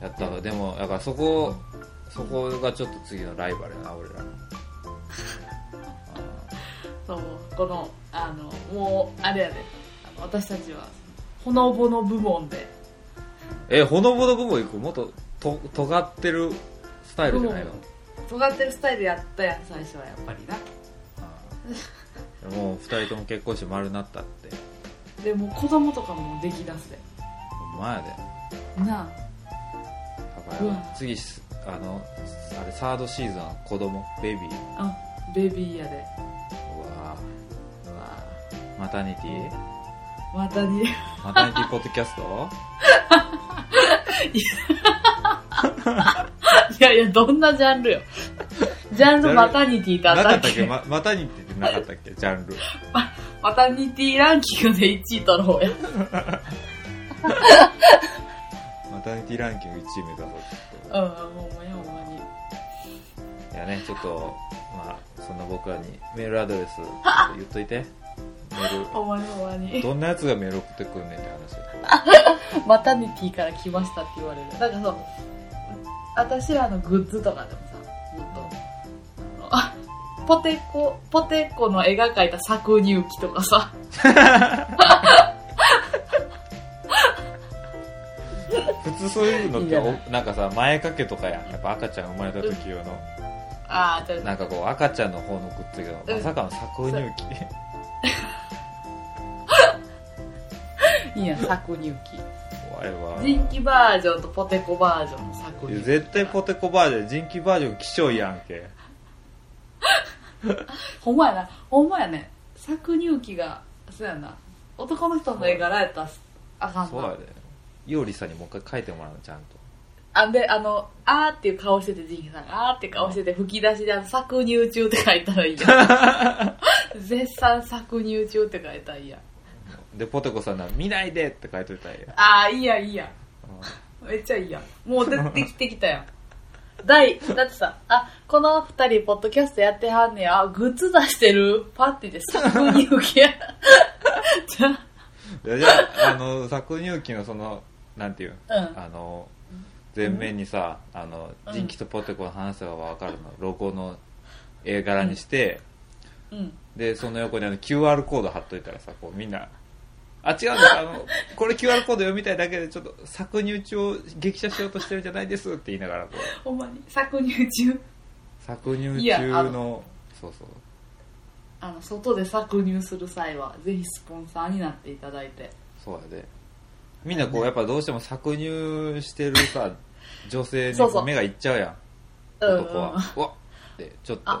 Speaker 1: やったわでもだからそこそこがちょっと次のライバルやな 俺らの
Speaker 2: うそうこのあのもうあれやであの私たちはほのぼの部門で
Speaker 1: えほのぼの部分行くもっとと尖ってるスタイルじゃないの、
Speaker 2: 尖ってるスタイルやったやん最初はやっぱりな
Speaker 1: うん もう2人とも結婚して丸なったって
Speaker 2: でもう子供とかもできだすで
Speaker 1: お前やで
Speaker 2: なあ
Speaker 1: だから、
Speaker 2: うん
Speaker 1: 次しあのあれサードシーズンは子供ベビー
Speaker 2: うんベビーやで
Speaker 1: うわぁ
Speaker 2: うわ
Speaker 1: マタニティ
Speaker 2: またに
Speaker 1: マタニティポッドキャスト
Speaker 2: いやいやどんなジャンルよ ジャンルマタニティってあ
Speaker 1: な
Speaker 2: った
Speaker 1: か
Speaker 2: っ
Speaker 1: ったっ
Speaker 2: け
Speaker 1: け、ま、マタニティってなかったっけジャンル
Speaker 2: マタニティランキングで1位取ろうや
Speaker 1: マタニティランキング1位目指そうちょっ
Speaker 2: うんほんまにほんまに
Speaker 1: といやねちょっとまあそんな僕らにメールアドレス言っといてメー
Speaker 2: ほんまにほんま
Speaker 1: ル
Speaker 2: に
Speaker 1: どんなやつがメール送ってくんねんって話
Speaker 2: マタニティから来ましたって言われるなんかそう私らのグッズとかでもさずっとあの ポテコポテコの絵が描いた搾乳機とかさ
Speaker 1: 普通そういうのっ
Speaker 2: いい
Speaker 1: て
Speaker 2: じゃ
Speaker 1: お
Speaker 2: ない
Speaker 1: なんかさ前掛けとかやんやっぱ赤ちゃん生まれた時用の
Speaker 2: ああちょっと
Speaker 1: なんかこう赤ちゃんの方のグッズが
Speaker 2: うん
Speaker 1: まさかの搾乳機
Speaker 2: いいやん搾乳機
Speaker 1: 怖いわ
Speaker 2: 人気バージョンとポテコバージョンの搾
Speaker 1: いや
Speaker 2: 乳機
Speaker 1: 絶対ポテコバージョン人気バージョン希少やんけ
Speaker 2: ほんまやなほんまやね搾乳機がそうやな男の人の絵柄やったらあかん
Speaker 1: そうや
Speaker 2: な
Speaker 1: でいおりさんにもう一回書いてもらうのちゃんと
Speaker 2: あであのあーっていう顔しててジンキさんがあーって顔してて吹き出しであの搾乳中って書いたらいいや ん絶賛搾乳中って書いたらいいやん
Speaker 1: でポテコさんなら「見ないで!」って書いといたらええや
Speaker 2: あーいいやんいいやん
Speaker 1: うん
Speaker 2: めっちゃいいやんもう出てきてきたやん第だってさあこの二人ポッドキャストやってはんねやあグッズ出してるパッてで搾乳系じゃ
Speaker 1: じゃあ、あの、搾乳機のその、なんていう、
Speaker 2: うん
Speaker 1: あの、前面にさ、あの、人気とポテコの話はわかるの、ロゴの絵柄にして、
Speaker 2: うん。
Speaker 1: で、その横にあの QR コード貼っといたらさ、こうみんな、あ、違うんです、あ の、これ QR コード読みたいだけで、ちょっと搾乳中を激写しようとしてるんじゃないですって言いながら、こう、
Speaker 2: ほんまに。搾乳中。
Speaker 1: 搾乳
Speaker 2: いやあ
Speaker 1: 中の
Speaker 2: の、
Speaker 1: そうそう。
Speaker 2: あの、外で搾乳する際は、ぜひスポンサーになっていただいて。
Speaker 1: そうやでみんなこうやっぱどうしても搾乳してるさ女性に
Speaker 2: そう
Speaker 1: こ
Speaker 2: そう
Speaker 1: う目がいっちゃうやん
Speaker 2: うん
Speaker 1: 男はうわっってちょっ
Speaker 2: あ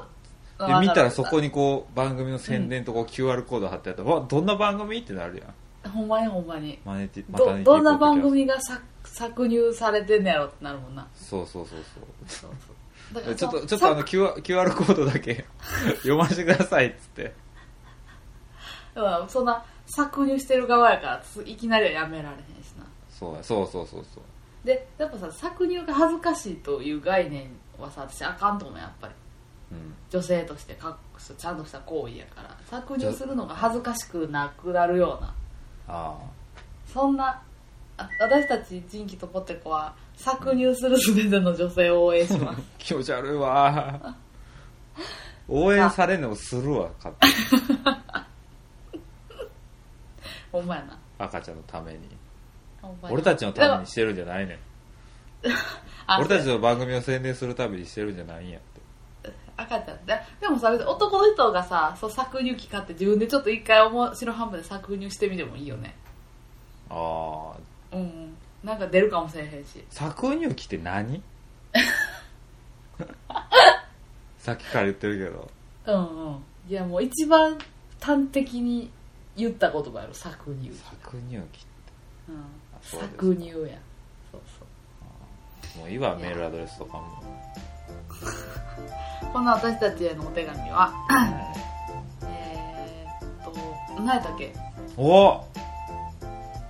Speaker 1: と
Speaker 2: うん
Speaker 1: で見たら
Speaker 2: わか
Speaker 1: そ
Speaker 2: る
Speaker 1: こにこう番組の宣伝とこう QR コード貼ってあったら「うわどんな番組?」ってなるやん
Speaker 2: ほんまにほんまに。
Speaker 1: マネティマタ
Speaker 2: ど
Speaker 1: ニティ
Speaker 2: どんな番
Speaker 1: ポッドキャ
Speaker 2: 組が搾搾乳されてんのやろってなるもん な。
Speaker 1: ストそうそうそう
Speaker 2: そうそう。だ
Speaker 1: そうちょっと
Speaker 2: さ
Speaker 1: ちょっとあの QR, QR コードだ け読ませてくださいっつって
Speaker 2: だからそんな搾乳してる側やからついきなりはやめられへんしな
Speaker 1: そうやそうそうそうそう
Speaker 2: でやっぱさ搾乳が恥ずかしいという概念はさ私あかんと思うやっぱり
Speaker 1: うん
Speaker 2: 女性としてかっそうちゃんとした行為やから搾乳するのが恥ずかしくなくなるような
Speaker 1: あ
Speaker 2: そんなあ私たち人気とポテコは搾乳する全ての女性を応援し ま
Speaker 1: あ気持ち悪い わ応援されんのもするわ勝手に
Speaker 2: すほんまやな
Speaker 1: 赤ちゃんのた めに
Speaker 2: ほんまや
Speaker 1: 俺たちのためにしてるんじゃないねん
Speaker 2: あ
Speaker 1: 俺たちの番組を宣伝するためにしてるんじゃないんやって
Speaker 2: 赤ちゃんででもさ別に男の人がさそう搾乳機買って自分でちょっと一回面白半分で搾乳してみてもいいよね
Speaker 1: ああ
Speaker 2: うんうんなんか出るかもしれへんし
Speaker 1: 搾乳機って 何さっきから言ってるけど
Speaker 2: うんうんいやもう一番端的に言った言葉やろ搾乳、
Speaker 1: 搾乳機っ
Speaker 2: うん、
Speaker 1: そうですか
Speaker 2: 搾乳やそうそう
Speaker 1: てもういいわメールアドレスとかも
Speaker 2: こんな私たちへのお手紙は
Speaker 1: はい
Speaker 2: えーっと何やったっけ
Speaker 1: お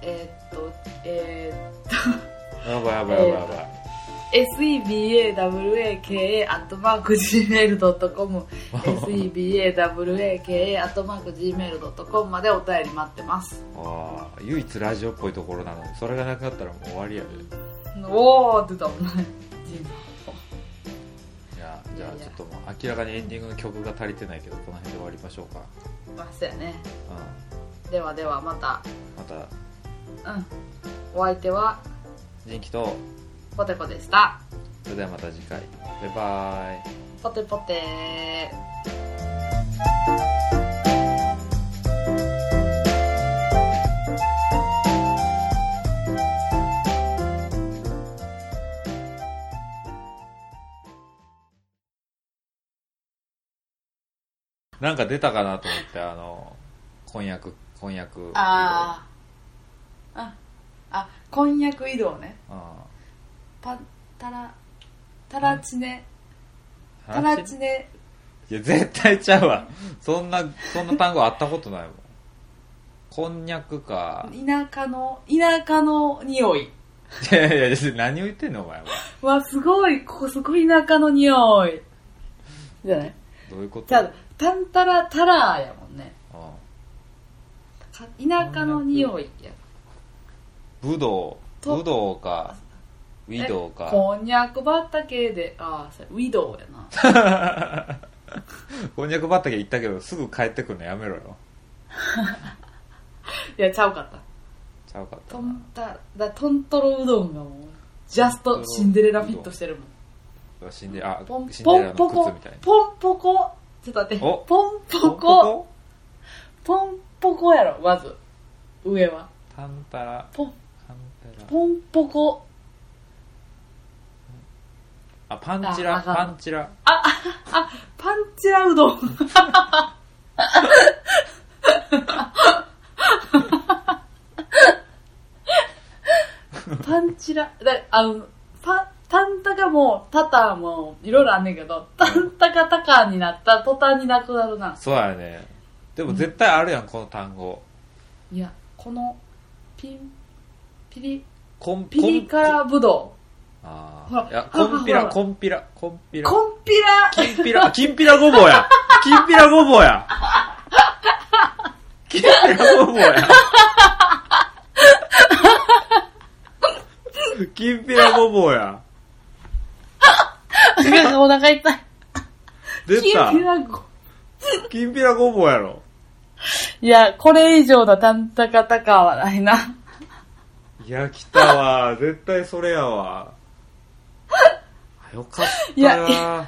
Speaker 2: えーっとえーっと
Speaker 1: やばいやばいやばいやばい
Speaker 2: sebawaka.gmail.com sebawaka.gmail.com までお便り待ってます
Speaker 1: ああ唯一ラジオっぽいところなのにそれがなくなったらもう終わりやで
Speaker 2: おお出たお前人
Speaker 1: いやじゃ
Speaker 2: いや
Speaker 1: あ
Speaker 2: いや
Speaker 1: ちょっともう明らかにエンディングの曲が足りてないけどこの辺で終わりましょうか
Speaker 2: 生ましたよね
Speaker 1: うん
Speaker 2: ではではまた
Speaker 1: また
Speaker 2: うんお相手は
Speaker 1: 人気と
Speaker 2: ポテコでした
Speaker 1: それではまた次回バイバイ
Speaker 2: ポテポテー
Speaker 1: なんか出たかなと思って、あの、婚約、婚約。
Speaker 2: あーああ婚約移動ね
Speaker 1: あ。
Speaker 2: パタラタラチネ
Speaker 1: うん。
Speaker 2: タラチネ
Speaker 1: いや、絶対ちゃうわ。そんな、そんな単語あったことないもん。こんにゃくか。
Speaker 2: 田舎の田舎の匂い
Speaker 1: いやいやいや、何を言ってんのお前は。
Speaker 2: うわすごいここすごい田舎の匂いじゃない
Speaker 1: どういうこと
Speaker 2: じゃあタンタラタラーやもんね
Speaker 1: うん。
Speaker 2: か田舎の匂いや
Speaker 1: 武道、
Speaker 2: と
Speaker 1: 武道か、ウィドウ
Speaker 2: え
Speaker 1: か。
Speaker 2: こんにゃく畑でああそれウィドウ やな
Speaker 1: こんにゃく畑行ったけど、すぐ帰ってくるのやめろよ。
Speaker 2: いやちゃうかった
Speaker 1: ちゃうかった
Speaker 2: ト
Speaker 1: な。
Speaker 2: ンタだトントロうどんがもうジャストシンデレラフィットしてるもん
Speaker 1: 死んで、あ、
Speaker 2: ポン
Speaker 1: シン
Speaker 2: ポ
Speaker 1: デレラ
Speaker 2: ン
Speaker 1: の
Speaker 2: ポ
Speaker 1: 靴
Speaker 2: コ
Speaker 1: みたいな。
Speaker 2: ポンポコちょっと待って
Speaker 1: お
Speaker 2: ポンポコポンポコやろまず上は
Speaker 1: タンタラ、
Speaker 2: ポン
Speaker 1: タンタラ。
Speaker 2: ポンポコ
Speaker 1: あ、パンチ
Speaker 2: あ
Speaker 1: ラ、
Speaker 2: あかん
Speaker 1: パンチラ。
Speaker 2: パンチラうどんパンチラだあのパタンタカもタタもいろいろあんねんけどタンタカタカになった途端になくなるな
Speaker 1: そうやね。でも絶対あるやん、この単語。
Speaker 2: いやこのピンピリ
Speaker 1: コン
Speaker 2: ピリ辛ぶど
Speaker 1: あ
Speaker 2: ほら
Speaker 1: あ。いや、
Speaker 2: ほら
Speaker 1: コンピラ、
Speaker 2: ほら
Speaker 1: コンピラ、コンピ
Speaker 2: う
Speaker 1: ラ。
Speaker 2: コンピラ
Speaker 1: キンピラ、キンピラごぼうや。キンピラごぼうや。キラキラごぼうや。きんぴらごぼうや。
Speaker 2: あか んお腹痛い。
Speaker 1: 出た
Speaker 2: き。んぴらご
Speaker 1: きんぴらごぼうやろ。
Speaker 2: いや、これ以上のタンタカタカはないな。
Speaker 1: いや、来たわ。絶対それやわ。あよかった
Speaker 2: いや
Speaker 1: な。
Speaker 2: い
Speaker 1: よ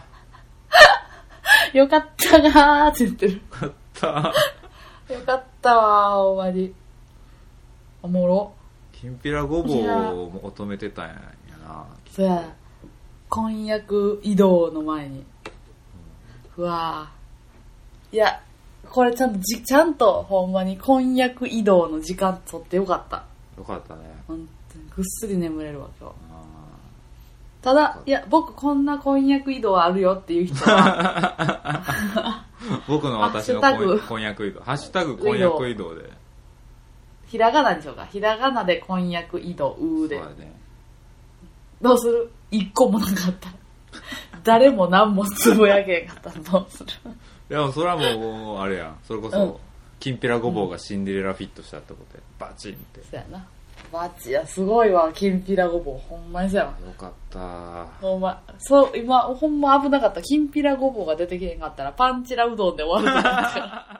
Speaker 2: よかったがーって言ってる。
Speaker 1: かった。
Speaker 2: よかったわー、ほんまに。おもろ。
Speaker 1: きんぴらごぼ
Speaker 2: いうや
Speaker 1: を求めてたんやな。
Speaker 2: そや、婚約移動の前に。うわー。いや、これちゃんとじ、ちゃんとほんまに婚約移動の時間取ってよかった。
Speaker 1: よかったね。
Speaker 2: ほんとにぐっすり眠れるわ、今日。
Speaker 1: あ
Speaker 2: ただ、いや、僕こんな婚約移動あるよっていう人は、
Speaker 1: ー僕の私の
Speaker 2: ハッシュタグ
Speaker 1: 婚婚約移動。ハッシュタグ婚約移動で。
Speaker 2: ひらがなにしようか。ひらがなで婚約移動、う
Speaker 1: そ
Speaker 2: ー
Speaker 1: う
Speaker 2: で
Speaker 1: や。ね。
Speaker 2: どうする一個もなかった。誰も何もつぶやけんかったらどうする
Speaker 1: でもそれはもう、あれやん。それこ
Speaker 2: うん
Speaker 1: そ、きんぴらごぼうがシンデレラフィットしたってことで、バチンって。よ
Speaker 2: そうやな。マジや、すごいわ、きんぴらごぼう。ほんまにそうやわ。
Speaker 1: かった。
Speaker 2: ほんま、そう、今、ほんま危なかった。きんぴらごぼうが出てきてんかったら、パンチラうどんで終わると思ったから